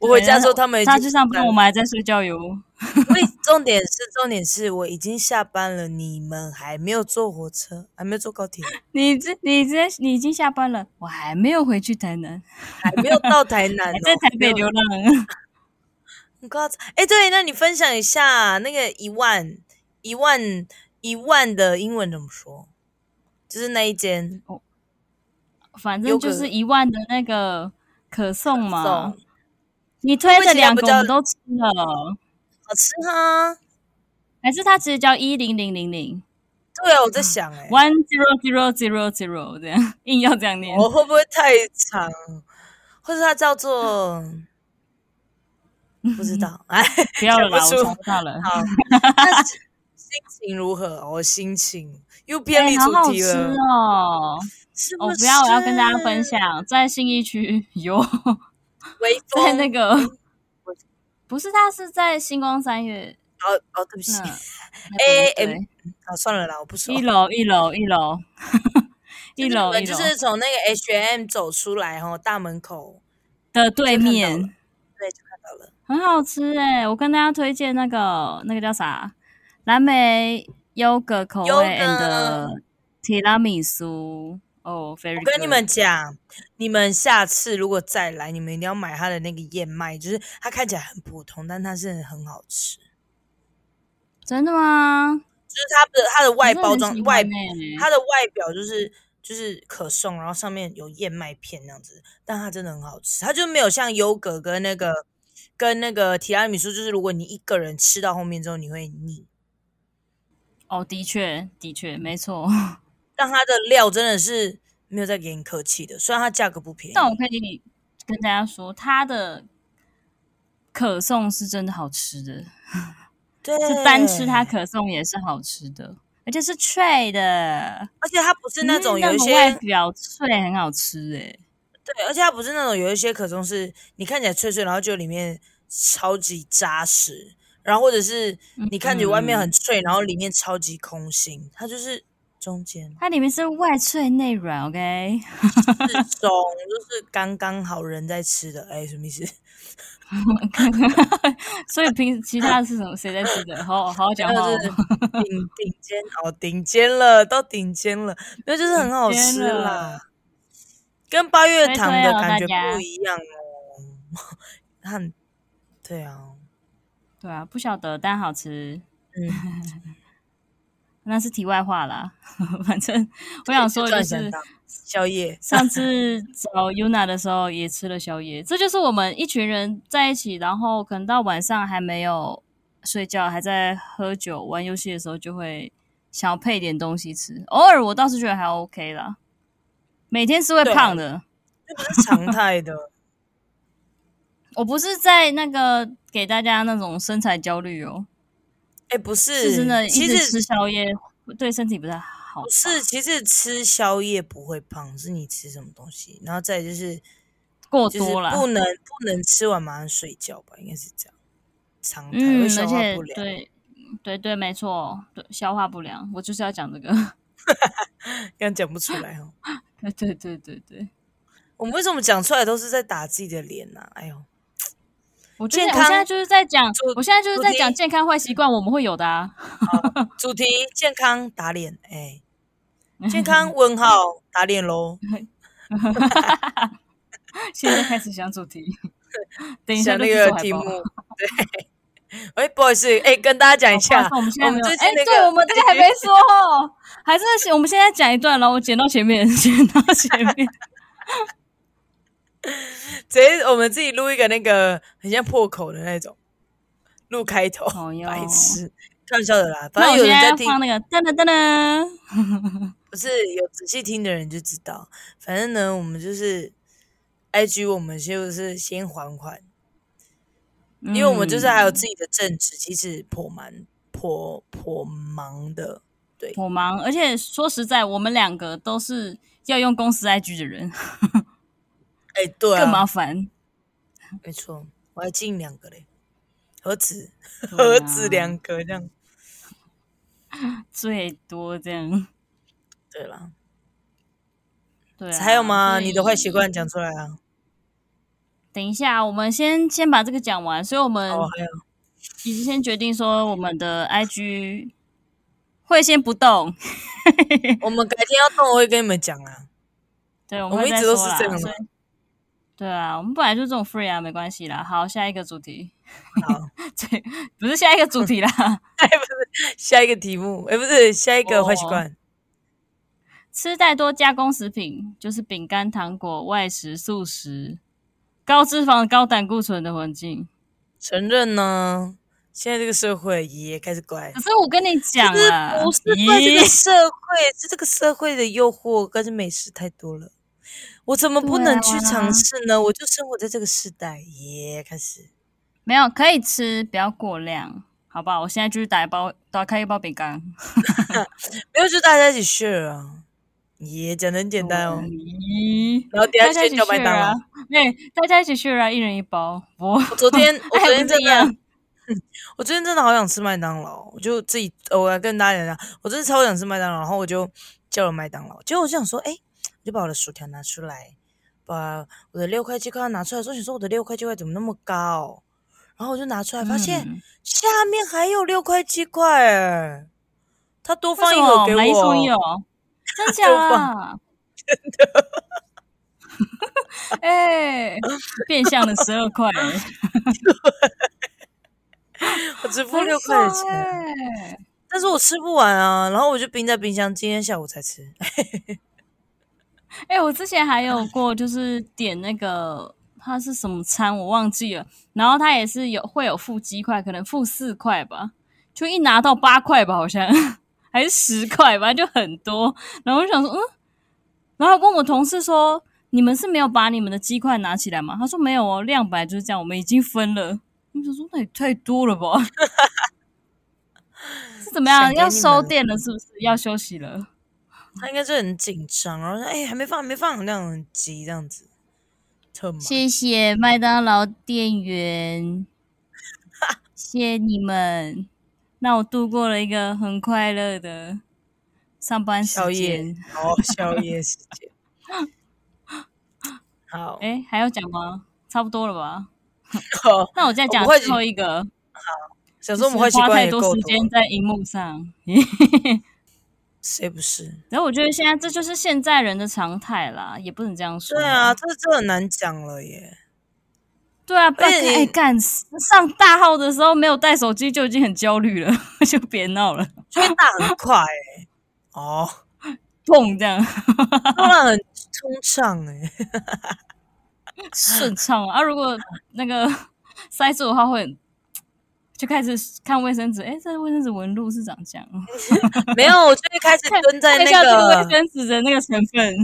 Speaker 2: 我回家之后，他们已经
Speaker 1: 他去上班，我们还在睡觉哟。
Speaker 2: [LAUGHS] 所以重点是，重点是我已经下班了，你们还没有坐火车，还没有坐高铁，
Speaker 1: 你这、你这、你已经下班了，我还没有回去台南，
Speaker 2: 还没有到台南、哦
Speaker 1: [LAUGHS] 还，在台
Speaker 2: 没
Speaker 1: 北流
Speaker 2: 有
Speaker 1: 浪。
Speaker 2: 很夸张。哎，对，那你分享一下那个一万、一万、一万的英文怎么说？就是那一间
Speaker 1: 反正就是一万的那个可颂嘛
Speaker 2: 送，，
Speaker 1: 你推的两
Speaker 2: 为
Speaker 1: 个
Speaker 2: 什
Speaker 1: 我
Speaker 2: 么
Speaker 1: 们
Speaker 2: 不
Speaker 1: 都吃了，
Speaker 2: 好吃哈。
Speaker 1: 还是它直接叫一零零零零
Speaker 2: 对啊，我
Speaker 1: 嗯
Speaker 2: 在想、诶
Speaker 1: one zero zero zero zero 这样，硬要这样念。
Speaker 2: 我会不会太长？或者它叫做
Speaker 1: [LAUGHS]
Speaker 2: 不知道？哎，
Speaker 1: 不要了啦，
Speaker 2: 讲不
Speaker 1: 我
Speaker 2: 出
Speaker 1: 想不到了。 [LAUGHS]
Speaker 2: 好，那心情如何？我、心情又偏离
Speaker 1: 哎
Speaker 2: 主
Speaker 1: 好好
Speaker 2: 题
Speaker 1: 吃
Speaker 2: 了，
Speaker 1: 哦！
Speaker 2: 是
Speaker 1: 哦，
Speaker 2: 是
Speaker 1: 不要，我要跟大家分享，在信义区有，
Speaker 2: 微
Speaker 1: [LAUGHS]
Speaker 2: 风
Speaker 1: 在那个不是，它是在星光三月，
Speaker 2: 哦哦，对不起，
Speaker 1: 嗯，
Speaker 2: 哎
Speaker 1: 那边
Speaker 2: 哎哦算了啦，我不
Speaker 1: 对
Speaker 2: 说
Speaker 1: 一。楼一楼一楼
Speaker 2: 就
Speaker 1: 一
Speaker 2: 是我
Speaker 1: 楼
Speaker 2: 们
Speaker 1: 一
Speaker 2: [LAUGHS] 就
Speaker 1: 楼
Speaker 2: 是从那个 H M 走出来哈，大门口
Speaker 1: 的对面，
Speaker 2: 对就看到了，
Speaker 1: 很好吃哎、我跟大家推荐那个那个叫啥蓝莓优格口味
Speaker 2: Yogurt
Speaker 1: and 提拉米苏哦，very
Speaker 2: 我跟你
Speaker 1: good
Speaker 2: 们讲，你们下次如果再来，你们一定要买它的那个燕麦，就是它看起来很普通，但它是很好吃，就
Speaker 1: 真的吗？
Speaker 2: 是它的它的
Speaker 1: 我真
Speaker 2: 外
Speaker 1: 的
Speaker 2: 包
Speaker 1: 很
Speaker 2: 装
Speaker 1: 喜
Speaker 2: 外
Speaker 1: 欢欸
Speaker 2: 它的外表就是就是可颂，然后上面有燕麦片那样子，但它真的很好吃，它就没有像优格跟那个跟那个提拉米苏，就是如果你一个人吃到后面之后你会腻，
Speaker 1: 哦，的确的确没错。
Speaker 2: 但它的料真的是没有在给你客气的，虽然它价格不便宜
Speaker 1: 但，我可以跟大家说，它的可颂是真的好吃的，
Speaker 2: 对，
Speaker 1: 是单吃它，可颂也是好吃的，而且是脆的，
Speaker 2: 而且它不是那种有一
Speaker 1: 嗯
Speaker 2: 些、
Speaker 1: 外表脆，很好吃欸诶、
Speaker 2: 对，而且它不是那种有一些可颂是你看起来脆脆，然后就里面超级扎实，然后或者是
Speaker 1: 嗯
Speaker 2: 你看起来外面很脆，然后里面超级空心，它就是中间。
Speaker 1: 它里面是外脆内软，OK？ [LAUGHS]
Speaker 2: 适中， [LAUGHS] 就是刚刚好人在吃的。哎、什么
Speaker 1: [LAUGHS]
Speaker 2: 意思？
Speaker 1: 所以平其他的是什么？谁在吃的？好好好讲话
Speaker 2: 就
Speaker 1: 哦
Speaker 2: 是。
Speaker 1: [LAUGHS]
Speaker 2: 顶顶尖哦，顶尖了，到顶尖了，没有，就是很好吃
Speaker 1: 顶尖
Speaker 2: 啦
Speaker 1: 了，
Speaker 2: 跟八月堂的感
Speaker 1: 推
Speaker 2: 觉
Speaker 1: 推哦
Speaker 2: 不一样哦。 [LAUGHS] 它很对啊，
Speaker 1: 对啊，不晓得，但好吃。
Speaker 2: 嗯，
Speaker 1: [LAUGHS] 那是题外话啦。 [LAUGHS] 反正我想说就
Speaker 2: 赚
Speaker 1: 是
Speaker 2: 钱当宵夜，
Speaker 1: 上次找 Yuna 的时候也吃了宵夜，这就是我们一群人在一起，然后可能到晚上还没有睡觉，还在喝酒玩游戏的时候，就会想要配点东西吃。偶尔我倒是觉得还 OK 啦，每天是会
Speaker 2: 啊
Speaker 1: 胖的。
Speaker 2: 这不是
Speaker 1: [LAUGHS]
Speaker 2: 常态的。
Speaker 1: 我不是在那个给大家那种身材焦虑哦，
Speaker 2: 哎、不是，
Speaker 1: 是真的，一
Speaker 2: 其
Speaker 1: 直
Speaker 2: 实
Speaker 1: 吃宵夜对身体不太好吧。
Speaker 2: 不是，其实吃宵夜不会胖，是你吃什么东西。然后再来就是
Speaker 1: 过
Speaker 2: 就是
Speaker 1: 多了，
Speaker 2: 不能不能吃完马上睡觉吧，应该是这样，常态
Speaker 1: 嗯
Speaker 2: 会，消
Speaker 1: 而
Speaker 2: 化
Speaker 1: 且
Speaker 2: 不良。
Speaker 1: 对对对，没错，对消化不良，我就是要讲这个。
Speaker 2: 刚刚讲不出来哦，
Speaker 1: 对对对对对，
Speaker 2: 我们为什么讲出来都是在打自己的脸呐、哎呦，
Speaker 1: 我就是
Speaker 2: 健
Speaker 1: 我现在
Speaker 2: 康
Speaker 1: 就是在讲
Speaker 2: 主，
Speaker 1: 我现在就是在
Speaker 2: 主
Speaker 1: 讲
Speaker 2: 题
Speaker 1: 健康坏习惯，我们会有的啊。
Speaker 2: 主题健康打脸，
Speaker 1: [LAUGHS]
Speaker 2: 哎、健康问号打脸喽。
Speaker 1: 现在开始想主
Speaker 2: [LAUGHS]
Speaker 1: 题，等一下
Speaker 2: 想
Speaker 1: 就
Speaker 2: 那
Speaker 1: 去
Speaker 2: 个
Speaker 1: 做海
Speaker 2: 题
Speaker 1: 报
Speaker 2: 目，
Speaker 1: [LAUGHS]
Speaker 2: 对。哎、不好意思，哎、跟大家讲一
Speaker 1: 好
Speaker 2: 下，
Speaker 1: 哦不好意思我们现在没有
Speaker 2: 最。近
Speaker 1: 哎、
Speaker 2: 那个
Speaker 1: 对，我
Speaker 2: [LAUGHS]
Speaker 1: 们这个还没说哦，还是我们现在讲一段，然后我剪到前面，剪到前面。
Speaker 2: 直接我们自己录一个那个很像破口的那种，录开头，
Speaker 1: 哦哟
Speaker 2: 白痴，开玩笑的啦。 [LAUGHS]
Speaker 1: 那
Speaker 2: 反正
Speaker 1: 我
Speaker 2: 有
Speaker 1: 现
Speaker 2: 人
Speaker 1: 在
Speaker 2: 在
Speaker 1: 要
Speaker 2: 听，
Speaker 1: 放那个噔噔噔噔，
Speaker 2: 不是有仔细听的人就知道。反正呢，我们就是，IG 我们就是先缓缓，因为我们就是还有
Speaker 1: 嗯
Speaker 2: 自己的正职，其实颇蛮颇颇忙的。对，
Speaker 1: 嗯我忙，而且说实在，我们两个都是要用公司 IG 的人，
Speaker 2: 哎、对
Speaker 1: 更麻
Speaker 2: 啊， [LAUGHS]
Speaker 1: 烦。
Speaker 2: 没错，我还进两个嘞，何止
Speaker 1: 对啊
Speaker 2: 何止两个这样？
Speaker 1: 最多这样，
Speaker 2: 对啦，
Speaker 1: 对、啊。
Speaker 2: 还有吗？
Speaker 1: 所以
Speaker 2: 你的坏习惯讲出来啊！
Speaker 1: 等一下，我们先先把这个讲完，所以我们
Speaker 2: 哦，还有 [LAUGHS]
Speaker 1: 已经先决定说我们的 IG 会先不动，
Speaker 2: 我们改天要动，我会跟你们讲啊。
Speaker 1: 对，我
Speaker 2: 我
Speaker 1: 们
Speaker 2: 们
Speaker 1: 会
Speaker 2: 一
Speaker 1: 再
Speaker 2: 直
Speaker 1: 说
Speaker 2: 都
Speaker 1: 啦。
Speaker 2: 是这样
Speaker 1: 所以
Speaker 2: 的。
Speaker 1: 对啊，我们本来就这种 free 啊，没关系啦。好，下一个主题，
Speaker 2: 好，
Speaker 1: 对，不是下一个主题
Speaker 2: [LAUGHS]
Speaker 1: 啦，
Speaker 2: 下一个题目，哎、不是下一个坏习
Speaker 1: 哦
Speaker 2: 惯，
Speaker 1: 吃太多加工食品，就是饼干、糖果、外食、素食、高脂肪、高胆固醇的环境。
Speaker 2: 承认呢？现在这个社会也开始怪
Speaker 1: 可，是我跟你讲
Speaker 2: 这
Speaker 1: 啊，
Speaker 2: 不是怪这个
Speaker 1: 咦，
Speaker 2: 社会，是这个社会的诱惑跟美食太多了。我怎么不能去尝试
Speaker 1: 啊
Speaker 2: 呢？我就生活在这个时代，也开始
Speaker 1: 没有可以吃，不要过量，好不好？我现在就是打一包，打开一包饼干。
Speaker 2: 没有就大家一起 share 啊，也讲的很简单哦。
Speaker 1: 咦，
Speaker 2: 然后等一
Speaker 1: 大
Speaker 2: 下
Speaker 1: 家一
Speaker 2: 先
Speaker 1: 起
Speaker 2: 叫麦
Speaker 1: share
Speaker 2: 当劳
Speaker 1: 啊。，对，大家一起 share 啊，一人一包。我
Speaker 2: 我
Speaker 1: [LAUGHS]
Speaker 2: 昨天，我昨天
Speaker 1: 哎这
Speaker 2: 真的
Speaker 1: 样，
Speaker 2: [LAUGHS] 我最近真的好想吃麦当劳，我就自己，呃我来跟大家讲讲，我真的超想吃麦当劳，然后我就叫了麦当劳，结果我就想说，哎、我就把我的薯条拿出来，把我的六块鸡块拿出来，说，想说我的六块鸡块怎么那么高？然后我就拿出来，发现
Speaker 1: 嗯
Speaker 2: 下面还有六块鸡块、哎，他多放一
Speaker 1: 为什
Speaker 2: 盒
Speaker 1: 么
Speaker 2: 给我，
Speaker 1: 买一送一哦，真
Speaker 2: [LAUGHS]
Speaker 1: 假
Speaker 2: 多
Speaker 1: [LAUGHS] 啊？真的。哎，变相的十二
Speaker 2: [LAUGHS]
Speaker 1: 块，欸
Speaker 2: 我只付六块的钱，
Speaker 1: 钱。
Speaker 2: 但是我吃不完啊，然后我就冰在冰箱，今天下午才吃。
Speaker 1: 哎、我之前还有过，就是点那个它是什么餐我忘记了，然后它也是有会有付鸡块，可能付四块吧，就一拿到八块吧，好像还是十块吧，就很多。然后我就想说，嗯，然后还问我同事说，你们是没有把你们的鸡块拿起来吗？他说没有哦，量本来就是这样，我们已经分了。我想说，那也太多了
Speaker 2: [LAUGHS]
Speaker 1: 吧？是怎么
Speaker 2: 想
Speaker 1: 样？
Speaker 2: 给
Speaker 1: 要
Speaker 2: 你
Speaker 1: 收
Speaker 2: 们
Speaker 1: 店了是不是？要休息了？
Speaker 2: 他应该是很紧张，然后说：“哎、还没放，还没放，那样很急，这样子，特忙。
Speaker 1: 谢谢麦当劳店员，谢谢你们，让我度过了一个很快乐的上班时
Speaker 2: 宵夜
Speaker 1: 间。，
Speaker 2: 哦，宵夜时间。好，
Speaker 1: 哎、还要讲吗？差不多了吧？
Speaker 2: 好，
Speaker 1: 那我再讲
Speaker 2: 我会
Speaker 1: 最后一个，
Speaker 2: 想说
Speaker 1: 就
Speaker 2: 我
Speaker 1: 是
Speaker 2: 们坏习
Speaker 1: 花
Speaker 2: 惯
Speaker 1: 太
Speaker 2: 也够
Speaker 1: 多
Speaker 2: 多
Speaker 1: 时间
Speaker 2: 了，
Speaker 1: 在荧幕上。
Speaker 2: 谁不是？
Speaker 1: 然后我觉得现在这就是现在人的常态啦，也不能这样说。
Speaker 2: 对啊，，这这很难讲了耶。
Speaker 1: 对啊，不然
Speaker 2: 啊而且你
Speaker 1: 哎干、上大号的时候没有带手机就已经很焦虑了， [LAUGHS] 就别闹了，
Speaker 2: 所以打很快、欸，哦，
Speaker 1: [LAUGHS] 砰这样
Speaker 2: 当然很通畅哎、
Speaker 1: 顺畅啊。如果那个 [LAUGHS] 塞住的话会很，就开始看卫生纸，哎、这卫生纸纹路是长这样，
Speaker 2: [LAUGHS]
Speaker 1: 哦
Speaker 2: 没有，我就会开始蹲在
Speaker 1: 看一
Speaker 2: 那
Speaker 1: 下这个
Speaker 2: 个
Speaker 1: 卫，生纸的那个成分，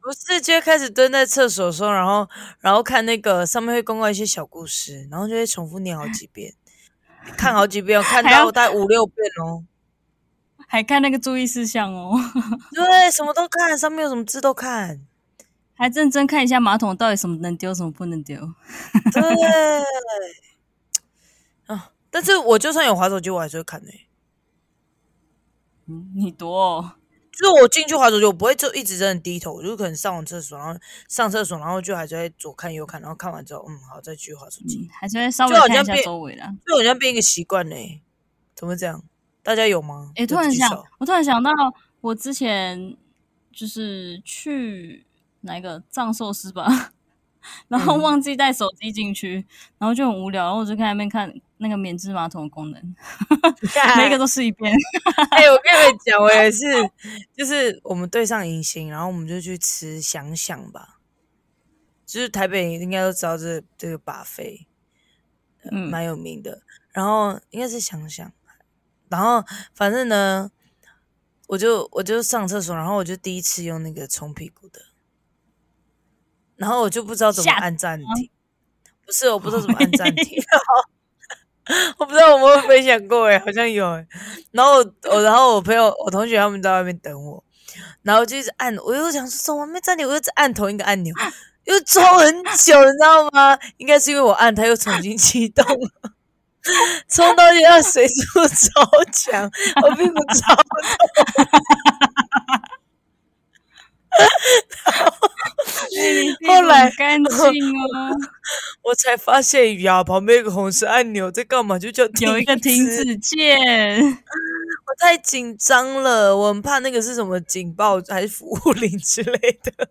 Speaker 2: 不是，就会开始蹲在厕所的时候，然后然后看那个上面会公告一些小故事，然后就会重复念好几遍，看好几遍，我看
Speaker 1: 还要
Speaker 2: 到大概五六遍哦。 [LAUGHS]
Speaker 1: 还看那个注意事项哦， [LAUGHS]
Speaker 2: 对，什么都看，上面有什么字都看。
Speaker 1: 还认真看一下马桶到底什么能丢，什么不能丢。
Speaker 2: 对， [LAUGHS] 啊，但是我就算有滑手机，我还是会看的、欸
Speaker 1: 嗯，你多、哦。
Speaker 2: 就是我进去滑手机，我不会就一直真的低头，我就是可能上完厕所，然后上厕所，然后就还在左看右看，然后看完之后，嗯，好，再继续滑手机。
Speaker 1: 嗯，还是会稍微
Speaker 2: 就好
Speaker 1: 看一
Speaker 2: 像
Speaker 1: 下
Speaker 2: 变
Speaker 1: 周围啦。
Speaker 2: 所以我好像变一个习惯嘞，怎么会这样？大家有吗？
Speaker 1: 诶，
Speaker 2: 有
Speaker 1: 突然
Speaker 2: 举
Speaker 1: 想
Speaker 2: 手，
Speaker 1: 我突然想到，我之前就是去哪一个藏寿司吧， [LAUGHS] 然后
Speaker 2: 嗯
Speaker 1: 忘记带手机进去，然后就很无聊，然后我就看那边看那个免治马桶的功能，[LAUGHS]
Speaker 2: 啊
Speaker 1: 每一个都试一遍。
Speaker 2: [LAUGHS] 哎、我跟你们讲，我也是，就是我们队上迎新，然后我们就去吃想想吧，就是台北应该都知道这这个把费
Speaker 1: 嗯，
Speaker 2: 蛮有名的，然后应该是想想，然后反正呢，我就我就上厕所，然后我就第一次用那个冲屁股的，然后我就不知道怎么
Speaker 1: 吓
Speaker 2: 按暂停，不是我不知道怎么按
Speaker 1: [LAUGHS]
Speaker 2: 暂停， [LAUGHS] 我不知道我们有分享过哎，好像有哎。然后我我然后我朋友我同学他们在外面等我，然后就一直按，我又想说怎么没暂停，我又一直按同一
Speaker 1: [LAUGHS]
Speaker 2: 个按钮，又抽很久，你知道吗？应该是因为我按它又重新启动了。冲到现在水柱超强，啊 [LAUGHS] 我屁股超痛。
Speaker 1: [LAUGHS]
Speaker 2: 后来
Speaker 1: 干净哦，
Speaker 2: 我才发现呀，旁边有个红色按钮在干嘛？就叫
Speaker 1: 有一个停止键，
Speaker 2: 我太紧张了，我很怕那个是什么警报还是服务铃之类的。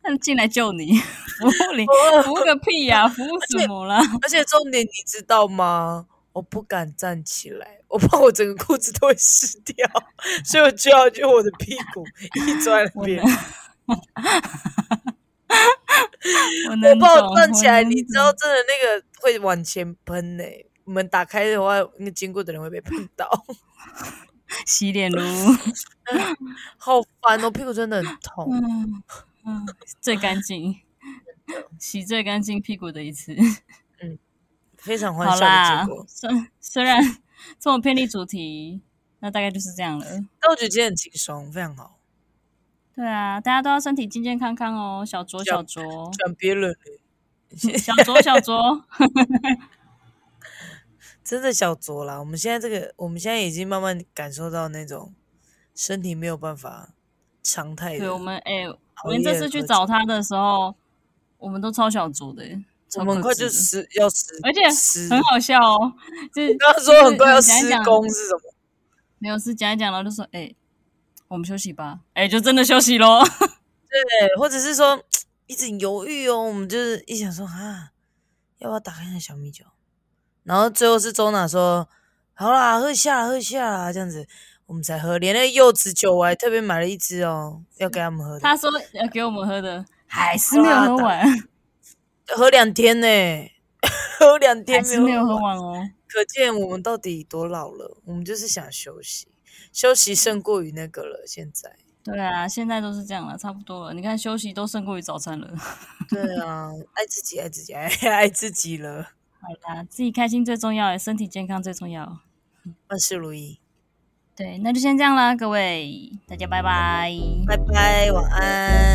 Speaker 1: 他进来救你，服务你，服务个屁呀、服务什么啦？
Speaker 2: 而且重点你知道吗？我不敢站起来，我怕我整个裤子都会湿
Speaker 1: [LAUGHS]
Speaker 2: 掉，所以我就要用我的屁股一转
Speaker 1: 我
Speaker 2: 边
Speaker 1: 能。，我
Speaker 2: 我
Speaker 1: 能
Speaker 2: 怕
Speaker 1: 懂
Speaker 2: 我站起来，
Speaker 1: 能
Speaker 2: 你知
Speaker 1: 懂
Speaker 2: 道真的那个会往前喷呢、我们打开的话，那个经过的人会被喷到，
Speaker 1: 洗
Speaker 2: [LAUGHS]
Speaker 1: 脸乳，
Speaker 2: 好烦哦！屁股真的很痛。
Speaker 1: 嗯嗯，最干净， [LAUGHS] 洗最干净屁股的一
Speaker 2: [LAUGHS]
Speaker 1: 次。
Speaker 2: 非常欢
Speaker 1: 好
Speaker 2: 笑的
Speaker 1: 啦
Speaker 2: 结果，，
Speaker 1: 虽虽然这么偏离主题，那大概就是这样了。
Speaker 2: 但我觉得今天很轻松，非常好。
Speaker 1: 对啊，大家都要身体健健康康哦，小酌小酌，
Speaker 2: 转别人了，
Speaker 1: 小酌小
Speaker 2: [LAUGHS]
Speaker 1: 酌。
Speaker 2: 真的小酌啦。我们现在这个，我们现在已经慢慢感受到那种身体没有办法常态
Speaker 1: 对
Speaker 2: 的。
Speaker 1: 我们，哎、我
Speaker 2: 熬夜
Speaker 1: 们这次去
Speaker 2: 喝酒
Speaker 1: 找他的时候，我们都超小酌的、超
Speaker 2: 我们很快
Speaker 1: 克制
Speaker 2: 就
Speaker 1: 的
Speaker 2: 十要十，
Speaker 1: 而且
Speaker 2: 十，
Speaker 1: 很
Speaker 2: 我
Speaker 1: 好笑
Speaker 2: [LAUGHS]
Speaker 1: 哦，就是
Speaker 2: 刚刚说很快要
Speaker 1: 就是
Speaker 2: 施
Speaker 1: 讲一讲
Speaker 2: 工是什么？
Speaker 1: 没有事讲一讲，然后就说：“哎、我们休息吧。哎，就真的休息咯。
Speaker 2: 对，或者是说一直犹豫哦，我们就是一想说啊，要不要打开那小米酒？然后最后是周娜说，好啦，喝下啦，喝下啦，这样子我们才喝。连那个柚子酒我还特别买了一支哦，要给他们喝的
Speaker 1: 他说要给我们喝的，还是没有喝完，
Speaker 2: 喝两天呢、 [LAUGHS] 喝两
Speaker 1: 还
Speaker 2: 天
Speaker 1: 是没有喝
Speaker 2: 喝完
Speaker 1: 完哦。
Speaker 2: 可见我们到底多老了，我们就是想休息，休息胜过于那个了。现
Speaker 1: [LAUGHS]
Speaker 2: 在，
Speaker 1: 对啊，现在都是这样了，差不多了。你看休息都胜过于早餐了。
Speaker 2: 对啊，爱自己，爱自己，爱 [LAUGHS] 爱自己了，
Speaker 1: 好啦，自己开心最重要，身体健康最重要。
Speaker 2: 万事如意，
Speaker 1: 嗯对，那就先这样啦，各位，大家拜拜。
Speaker 2: 拜拜，晚安。